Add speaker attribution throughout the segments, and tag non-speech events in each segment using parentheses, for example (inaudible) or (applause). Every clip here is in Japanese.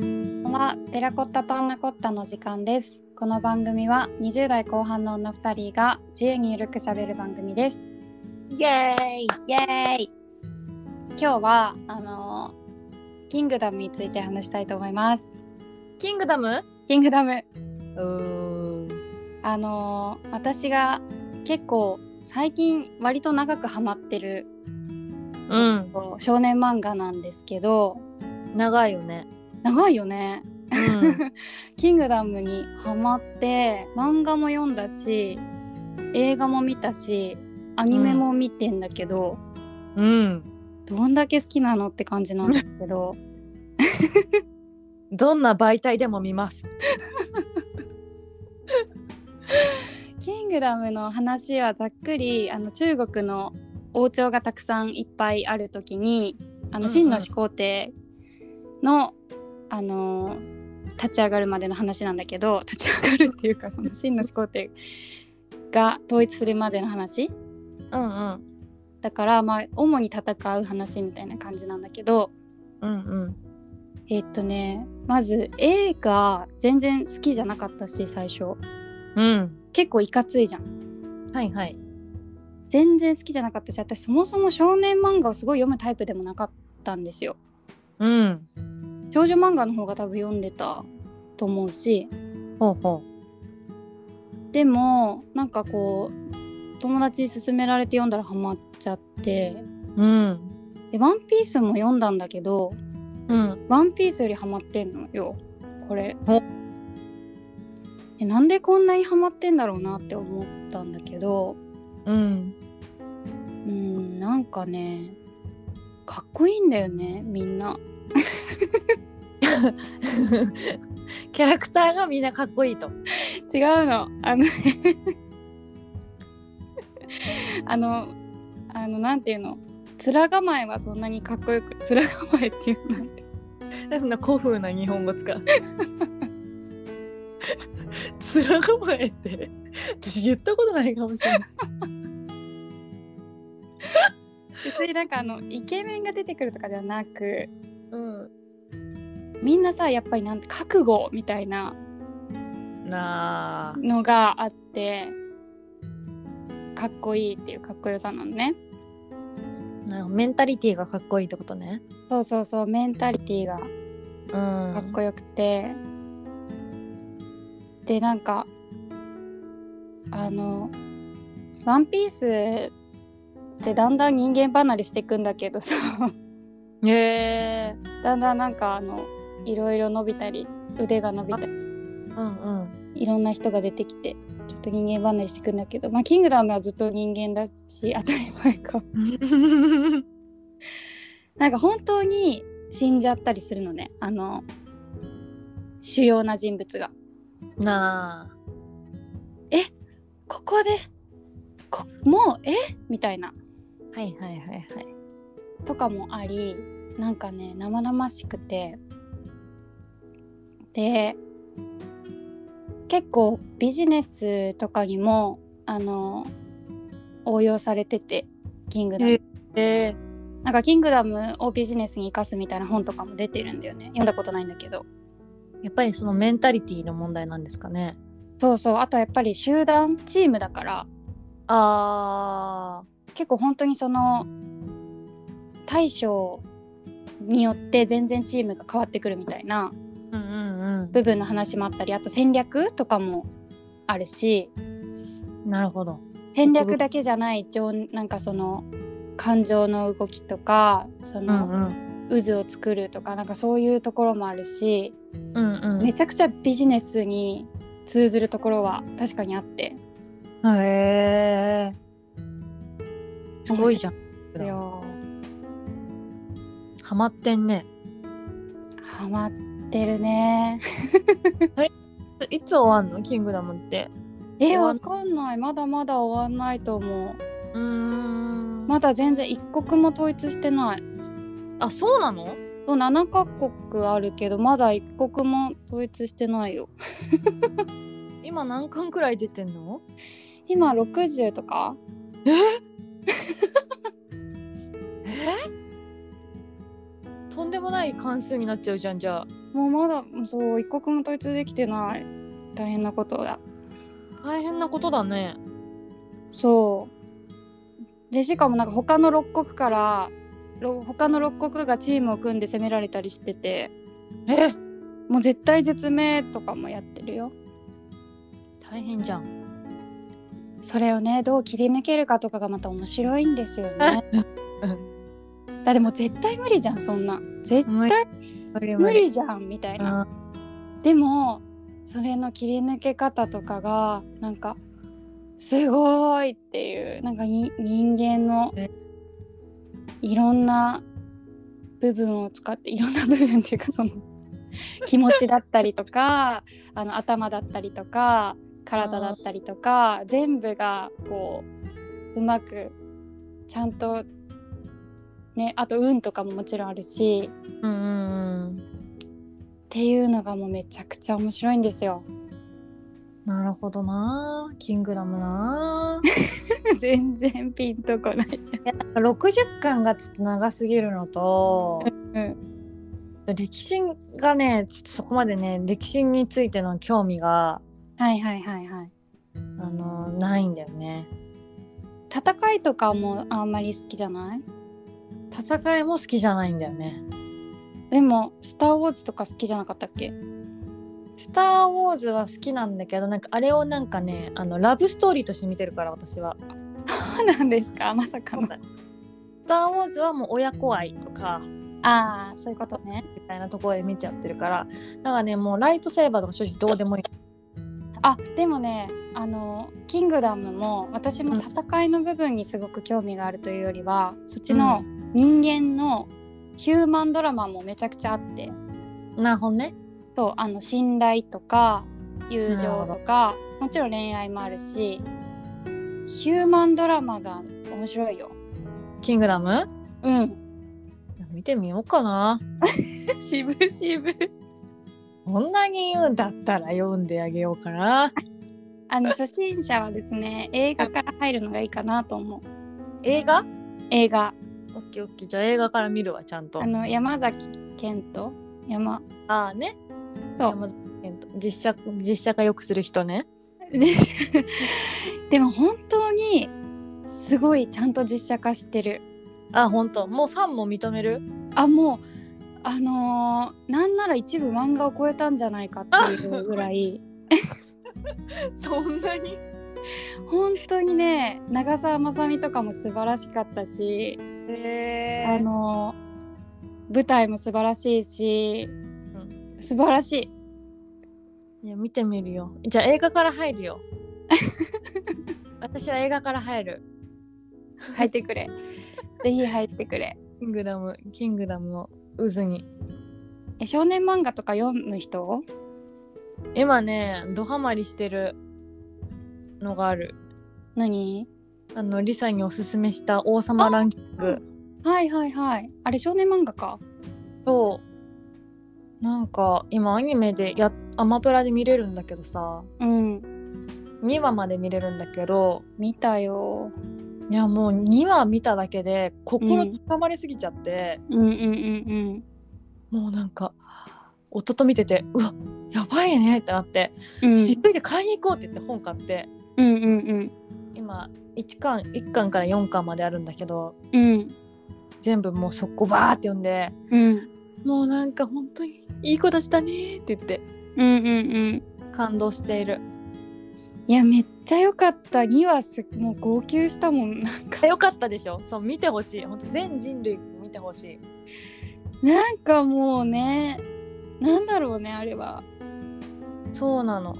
Speaker 1: はテラコッタパンナコッタの時間ですこの番組は20代後半の女2人が自由にゆるくしゃべる番組です
Speaker 2: イエーイ
Speaker 1: イエーイ今日はあのーキングダムについて話したいと思います
Speaker 2: キングダム
Speaker 1: キングダム
Speaker 2: うん
Speaker 1: あのー私が結構最近割と長くハマってる
Speaker 2: うん
Speaker 1: こう少年漫画なんですけど
Speaker 2: 長いよね、
Speaker 1: 長いよね
Speaker 2: (laughs) うん、
Speaker 1: キングダムにハマって漫画も読んだし映画も見たしアニメも見てんだけど、
Speaker 2: うん、
Speaker 1: どんだけ好きなのって感じなんですけど
Speaker 2: どんな媒体でも見ます
Speaker 1: キングダムの話はざっくりあの中国の王朝がたくさんいっぱいある時にあの
Speaker 2: うんうん
Speaker 1: 秦の始皇帝の、あの立ち上がるまでの話なんだけど立ち上がるっていうかその秦の始皇帝が統一するまでの話
Speaker 2: うんうん
Speaker 1: だからまあ主に戦う話みたいな感じなんだけど
Speaker 2: うんうん
Speaker 1: えっとねまず A が全然好きじゃなかったし最初
Speaker 2: うん
Speaker 1: 結構いかついじゃん
Speaker 2: はいはい
Speaker 1: 全然好きじゃなかったし私そもそも少年漫画をすごい読むタイプでもなかったんですよ
Speaker 2: うん
Speaker 1: 少女漫画の方が多分読んでたと思うし
Speaker 2: ほうほ
Speaker 1: でもなんかこう友達に勧められて読んだらハマっちゃって
Speaker 2: ううん
Speaker 1: で「ワンピースも読んだんだけど
Speaker 2: うん
Speaker 1: ワンピースよりハマってんのよこれ
Speaker 2: お
Speaker 1: えなんでこんなにハマってんだろうなって思ったんだけど
Speaker 2: うん
Speaker 1: うんなんかねかっこいいんだよねみんな
Speaker 2: キャラクターがみんなかっこいいと
Speaker 1: 違うのあの (laughs) あのあのなんていうの面構えはそんなにかっこよく面構えっていうのなんて
Speaker 2: そんな古風な日本語 (laughs) 使う面構えって私言ったことないかもしれない
Speaker 1: 別になんかあのイケメンが出てくるとかではなく
Speaker 2: うん
Speaker 1: みんなさやっぱりなんて覚悟みたいな
Speaker 2: なあ
Speaker 1: のがあってかっこいいっていうかっこよさなのね
Speaker 2: なるほどメンタリティがかっこいいってことね。
Speaker 1: そうそうそうメンタリティーが
Speaker 2: うん。
Speaker 1: か
Speaker 2: か
Speaker 1: っこよくて、でなんかあの「ワンピースってだんだん人間離れしていくんだけどさ (laughs)
Speaker 2: いい。へえ。
Speaker 1: だんだんなんかあのいろいろ伸びたり腕が伸びたり
Speaker 2: うんうん。
Speaker 1: いろんな人が出てきてちょっと人間離れしていくんだけどまあキングダムはずっと人間だし当たり前かなんか本当に死んじゃったりするのねあの主要な人物が
Speaker 2: (laughs) なあ。
Speaker 1: ここでこもうえみたいな
Speaker 2: はいはいはいはい。
Speaker 1: とかもありなんかね生々しくてで結構ビジネスとかにもあの応用されててキングダム、
Speaker 2: ええ
Speaker 1: なんかキングダムをビジネスに生かすみたいな本とかも出てるんだよね読んだことないんだけど
Speaker 2: やっぱりそのメンタリティの問題なんですかね。
Speaker 1: そうそうあとやっぱり集団チームだから
Speaker 2: ああ。
Speaker 1: 結構本当にその大将によって全然チームが変わってくるみたいな
Speaker 2: うんうん
Speaker 1: 部分の話もあったりあと戦略とかもあるし
Speaker 2: うん。なるほど。
Speaker 1: 戦略だけじゃない情なんかその感情の動きとかその
Speaker 2: うん。
Speaker 1: 渦を作るとかなんかそういうところもあるし
Speaker 2: うんうん。
Speaker 1: めちゃくちゃビジネスに通ずるところは確かにあって
Speaker 2: へえ。すごいじゃん。
Speaker 1: いやー
Speaker 2: ハマってんね。
Speaker 1: ハマってるね
Speaker 2: いつ終わんのキングダムって。
Speaker 1: え
Speaker 2: 終わ
Speaker 1: わ
Speaker 2: ん
Speaker 1: かんないまだまだ終わんないと思う
Speaker 2: うーん。
Speaker 1: まだ全然一国も統一してない
Speaker 2: あ、そうなの
Speaker 1: そう7カ国あるけどまだ一国も統一してないよ
Speaker 2: 今何巻くらい出てんの
Speaker 1: 今60とか
Speaker 2: えとんでもない関数になっちゃうじゃんじゃあ
Speaker 1: もうまだそう一刻も統一できてない大変なことだ
Speaker 2: 大変なことだね。
Speaker 1: そうでしかもなんか他の6国からろ他の6国がチームを組んで攻められたりしてて
Speaker 2: え
Speaker 1: もう絶対絶命とかもやってるよ
Speaker 2: 大変じゃん。
Speaker 1: それをねどう切り抜けるかとかがまた面白いんですよねだってもう絶対無理じゃんそんな絶対無理じゃんみたいな
Speaker 2: うん
Speaker 1: でもそれの切り抜け方とかがなんかすごいっていうなんかに人間の
Speaker 2: ね
Speaker 1: いろんな部分を使っていろんな部分っていうかその気持ちだったりとかあの頭だったりとか体だったりとか全部がこううまくちゃんとねあと運とかももちろんあるし
Speaker 2: うんうんうん。
Speaker 1: っていうのがもうめちゃくちゃ面白いんですよ。
Speaker 2: なるほどな。キングダム (laughs) な。
Speaker 1: (laughs) 全然ピンとこないじ
Speaker 2: 60巻がちょっと長すぎるのと、
Speaker 1: う
Speaker 2: 歴史がねちょっとそこまでね歴史についての興味が、
Speaker 1: ゃん。はいはいはいはい。
Speaker 2: あのないんだよね
Speaker 1: 戦いとかもあんまり好きじゃない
Speaker 2: 戦いも好きじゃないんだよね
Speaker 1: でも「スター・ウォーズ」とか好きじゃなかったっけ
Speaker 2: 「スター・ウォーズ」は好きなんだけどなんかあれをなんかねあのラブストーリーとして見てるから私は
Speaker 1: そうなんですかまさかの。
Speaker 2: スター・ウォーズはもう親子愛とか
Speaker 1: ああそういうことね。
Speaker 2: みたいなところで見ちゃってるからだからねもうライトセーバーとか正直どうでもいい
Speaker 1: あでもねあの「キングダム」も私も戦いの部分にすごく興味があるというよりは、そっちの人間のヒューマンドラマもめちゃくちゃあって
Speaker 2: なるほどね
Speaker 1: そうあの信頼とか友情とかもちろん恋愛もあるしヒューマンドラマが面白いよ。
Speaker 2: キングダム
Speaker 1: うん。
Speaker 2: 見てみようかな
Speaker 1: (laughs) 渋々。
Speaker 2: こんなに言うんだったら読んであげようかな
Speaker 1: あの初心者はですね映画から入るのがいいかなと思う。
Speaker 2: 映画
Speaker 1: 映画
Speaker 2: オッケーオッケーじゃあ映画から見るわちゃんと
Speaker 1: あの山崎賢人山 (laughs)
Speaker 2: ああね
Speaker 1: そう
Speaker 2: 山田健人実写実写化よくする人ね
Speaker 1: ででも本当にすごいちゃんと実写化してる。
Speaker 2: あ本当もうファンも認める
Speaker 1: あもうあのーなんなら一部漫画を超えたんじゃないかっていうぐらい。
Speaker 2: そんなに
Speaker 1: 本当にね長澤まさみとかも素晴らしかったし、
Speaker 2: へ
Speaker 1: あの舞台も素晴らしいし、
Speaker 2: ん
Speaker 1: 素晴らしい
Speaker 2: いや見てみるよじゃあ映画から入るよ私は映画から入る
Speaker 1: 入ってくれ (laughs) ぜひ入ってくれ
Speaker 2: キングダムキングダムを渦に
Speaker 1: え少年漫画とか読む人
Speaker 2: 今ねドハマりしてるのがある
Speaker 1: 何
Speaker 2: あのリサにおすすめした王様ランキング
Speaker 1: はいはいはいあれ少年漫画か
Speaker 2: そうなんか今アニメでやアマプラで見れるんだけどさ
Speaker 1: うん
Speaker 2: 2話まで見れるんだけど
Speaker 1: 見たよ
Speaker 2: いやもう2話見ただけで心つかまれすぎちゃって、
Speaker 1: うんうんうん
Speaker 2: もうなんか夫と見ててうわやばいねってなって、
Speaker 1: うんうん
Speaker 2: 急いで買いに行こうって言って本買って
Speaker 1: うんうん
Speaker 2: 今1巻1巻から4巻まであるんだけど
Speaker 1: うんうん
Speaker 2: 全部もう速攻バーって読んで
Speaker 1: うん
Speaker 2: もうなんか本当にいい子たちだねって言って
Speaker 1: うんうんうん
Speaker 2: 感動している
Speaker 1: いやめっちゃ良かった2話すもう号泣したもんなんか
Speaker 2: よかったでしょそう見てほしい本当全人類見てほしい
Speaker 1: なんかもうねなんだろうねあれは
Speaker 2: そうなの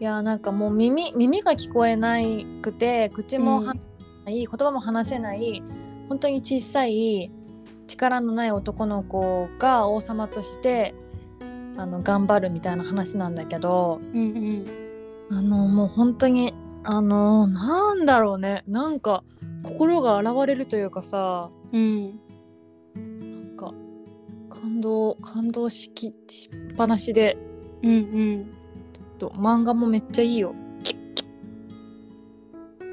Speaker 2: いやなんかもう耳耳が聞こえなくて口も話せない、言葉も話せない本当に小さい力のない男の子が王様としてあの頑張るみたいな話なんだけど
Speaker 1: うん
Speaker 2: あのもう本当にあのなんだろうねなんか心が洗われるというかさ
Speaker 1: うんうん
Speaker 2: なんか感動感動しきしっぱなしで
Speaker 1: うんうん
Speaker 2: と漫画もめっちゃいいよ。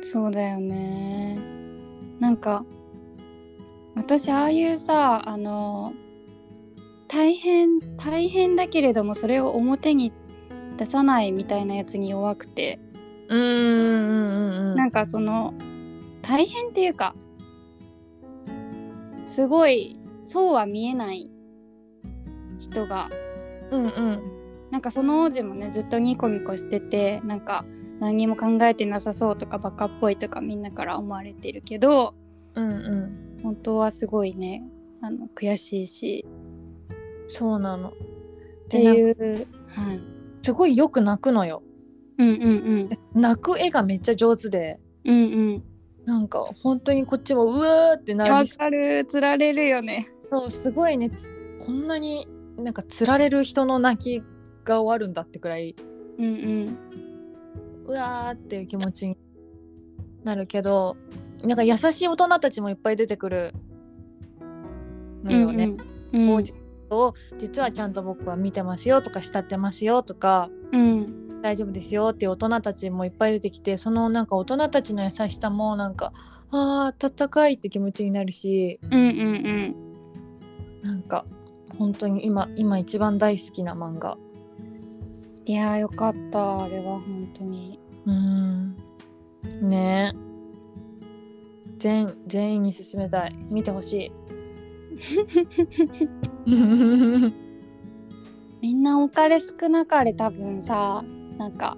Speaker 1: そうだよねなんか私ああいうさあの大変大変だけれどもそれを表に出さないみたいなやつに弱くて、
Speaker 2: うんうんうんうん
Speaker 1: なんかその大変っていうかすごいそうは見えない人が
Speaker 2: うんうん
Speaker 1: なんかその王子もねずっとニコニコしててなんか何も考えてなさそうとかバカっぽいとかみんなから思われてるけど
Speaker 2: うんうん
Speaker 1: 本当はすごいねあの悔しいし
Speaker 2: そうなの。
Speaker 1: って
Speaker 2: でなんか
Speaker 1: いう、はい、
Speaker 2: すごいよく泣くのよ。
Speaker 1: うんうんうん
Speaker 2: で泣く絵がめっちゃ上手で
Speaker 1: うんうん
Speaker 2: なんか本当にこっちもうわーってな
Speaker 1: わ
Speaker 2: り
Speaker 1: かるつられるよね
Speaker 2: そうすごいねつこんなになんかつられる人の泣き顔あるんだってくらい
Speaker 1: うんうん
Speaker 2: うわーっていう気持ちになるけどなんか優しい大人たちもいっぱい出てくるのよね。
Speaker 1: うんうん
Speaker 2: 王子を実はちゃんと僕は見てますよとか慕ってますよとか
Speaker 1: うん
Speaker 2: 大丈夫ですよっていう大人たちもいっぱい出てきてそのなんか大人たちの優しさもなんかあー温かいって気持ちになるし
Speaker 1: うんうん
Speaker 2: なんか本当に今今一番大好きな漫画
Speaker 1: うんいやーよかったあれは本当に
Speaker 2: うーんねえ全全員に勧めたい見てほ (laughs) しい
Speaker 1: みんなお金少なかれ多分さなんか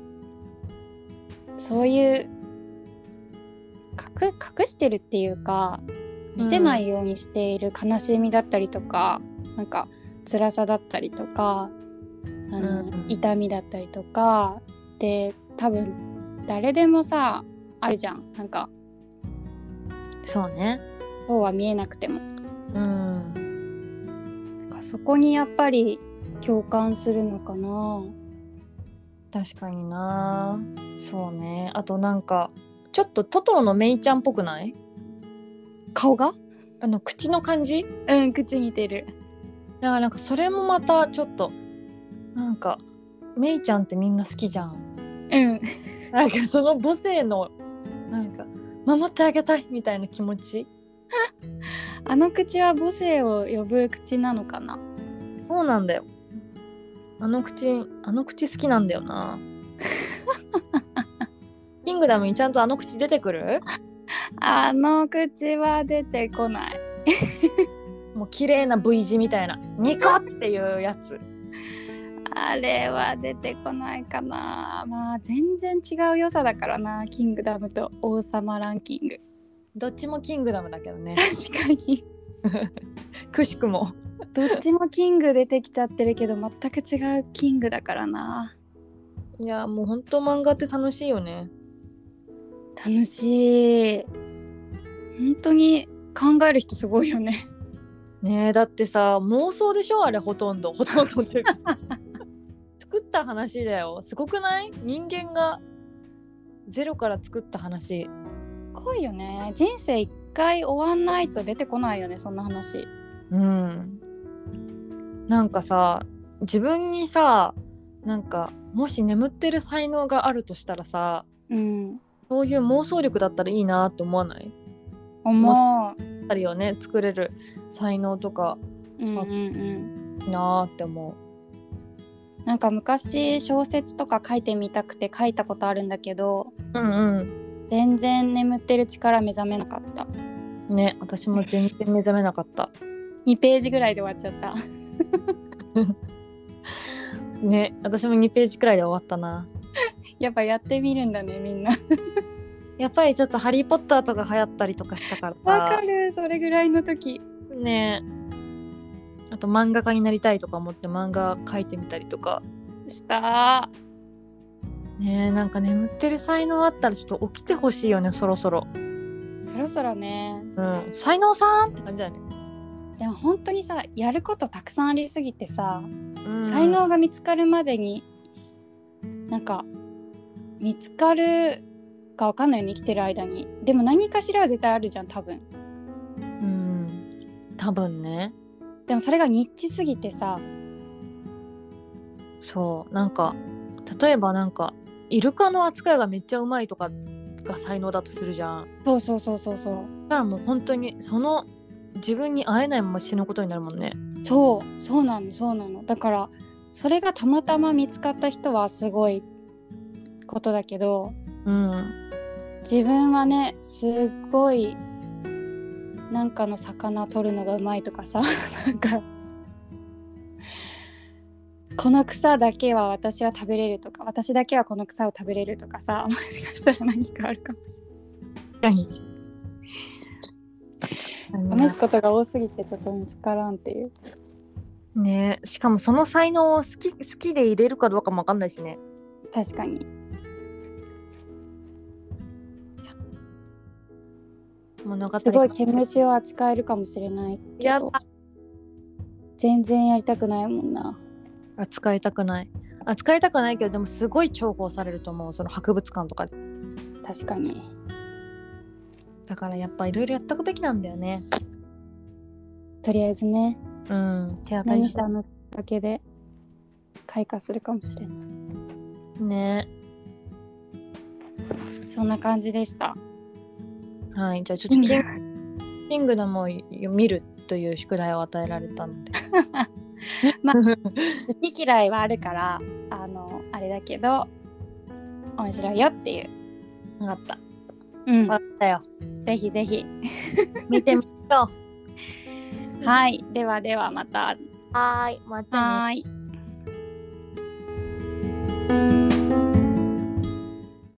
Speaker 1: そういう隠隠してるっていうか見せないようにしている悲しみだったりとか、なんか辛さだったりとかあの、
Speaker 2: うん
Speaker 1: 痛みだったりとかで多分誰でもさあるじゃんなんか
Speaker 2: そうね
Speaker 1: そうは見えなくても
Speaker 2: うん
Speaker 1: なんかそこにやっぱり共感するのかな
Speaker 2: 確かになそうねあとなんかちょっとトトロのメイちゃんっぽくない
Speaker 1: 顔が
Speaker 2: あの口の感じ
Speaker 1: うん口似てる
Speaker 2: だからなんかそれもまたちょっとなんかメイちゃんってみんな好きじゃん
Speaker 1: うん
Speaker 2: なんかその母性のなんか守ってあげたいみたいな気持ち
Speaker 1: あの口は母性を呼ぶ口なのかな
Speaker 2: そうなんだよあの口あの口好きなんだよなキングダムにちゃんとあの口出てくる
Speaker 1: あの口は出てこない
Speaker 2: もう綺麗な V 字みたいなニコっていうやつ
Speaker 1: あれは出てこないかなまあ全然違う良さだからなキングダムと王様ランキング (laughs)
Speaker 2: どっちもキングダムだけどね
Speaker 1: 確かに
Speaker 2: くしくも
Speaker 1: どっちもキング出てきちゃってるけど全く違うキングだからない
Speaker 2: やもうほんと漫画って楽しいよね
Speaker 1: 楽しい本当に考える人すごいよね
Speaker 2: ねえだってさ妄想でしょあれほとんどほとんどっていうか作った話だよすごくない人間がゼロから作った話
Speaker 1: すごいよね人生一回終わんないと出てこないよねそんな話
Speaker 2: うんなんかさ自分にさなんかもし眠ってる才能があるとしたらさ
Speaker 1: うん
Speaker 2: そういう妄想力だったらいいなって思わない
Speaker 1: 思う
Speaker 2: あるよね作れる才能とか
Speaker 1: うんうんうん
Speaker 2: いいなって思
Speaker 1: なんか昔小説とか書いてみたくて書いたことあるんだけど
Speaker 2: ううん
Speaker 1: 全然眠ってる力目覚めなかった
Speaker 2: うんね私も全然目覚めなかった
Speaker 1: 2ページぐらいで終わっちゃった (laughs)
Speaker 2: ね私も2ページくらいで終わったな
Speaker 1: やっぱやってみるんだねみんな
Speaker 2: やっぱりちょっと「ハリー・ポッター」とか流行ったりとかしたから
Speaker 1: (laughs) わかるそれぐらいの時
Speaker 2: ねあと漫画家になりたいとか思って漫画描いてみたりとか
Speaker 1: した
Speaker 2: ねなんか眠ってる才能あったらちょっと起きてほしいよねそろそろ
Speaker 1: そろそろね
Speaker 2: うん才能さんって感じだよね、
Speaker 1: でも本当にさやることたくさんありすぎてさ、
Speaker 2: うん
Speaker 1: 才能が見つかるまでになんか見つかるかわかんないよね生きてる間にでも何かしらは絶対あるじゃん多分
Speaker 2: うん多分ね
Speaker 1: でもそれがニッチすぎてさ
Speaker 2: そうなんか例えばなんかイルカの扱いがめっちゃうまいとかが才能だとするじゃん
Speaker 1: そうそうそうそうそう
Speaker 2: だからもう本当にその自分に会えないまま死ぬことになるもんね。
Speaker 1: そうそうなのそうなのだからそれがたまたま見つかった人はすごいことだけど
Speaker 2: うん。
Speaker 1: 自分はねすっごいなんかの魚取るのがうまいとかさ (laughs) なんかこの草だけは私は食べれるとか私だけはこの草を食べれるとかさも (laughs) しかしたら何かあるかもしれ
Speaker 2: 何
Speaker 1: ない試すことが多すぎてちょっと見つからんっていう
Speaker 2: ねしかもその才能を好き好きで入れるかどうかもわかんないしね。
Speaker 1: 確かに
Speaker 2: 物語が
Speaker 1: すごい毛虫を扱えるかもしれないけ
Speaker 2: や
Speaker 1: ど
Speaker 2: だ
Speaker 1: 全然やりたくないもんな
Speaker 2: 扱いたくない。扱いたくないけどでもすごい重宝されると思うその博物館とかで。
Speaker 1: 確かに
Speaker 2: だからやっぱいろいろやっとくべきなんだよね。
Speaker 1: とりあえずね
Speaker 2: うん。手当たり
Speaker 1: 何
Speaker 2: 次
Speaker 1: かのきっかけで開花するかもしれな
Speaker 2: 第ね。
Speaker 1: いそんな感じでした
Speaker 2: はい。じゃあちょっとキンキングダムを見るという宿題を与えられたので。
Speaker 1: まあ好き嫌いはあるからあのあれだけど面白いよっていう、
Speaker 2: 分かった。
Speaker 1: うん
Speaker 2: 分かったよ。
Speaker 1: ぜひぜひ
Speaker 2: 見てみよう。
Speaker 1: はいではではまた
Speaker 2: はーい。またね。
Speaker 1: はーい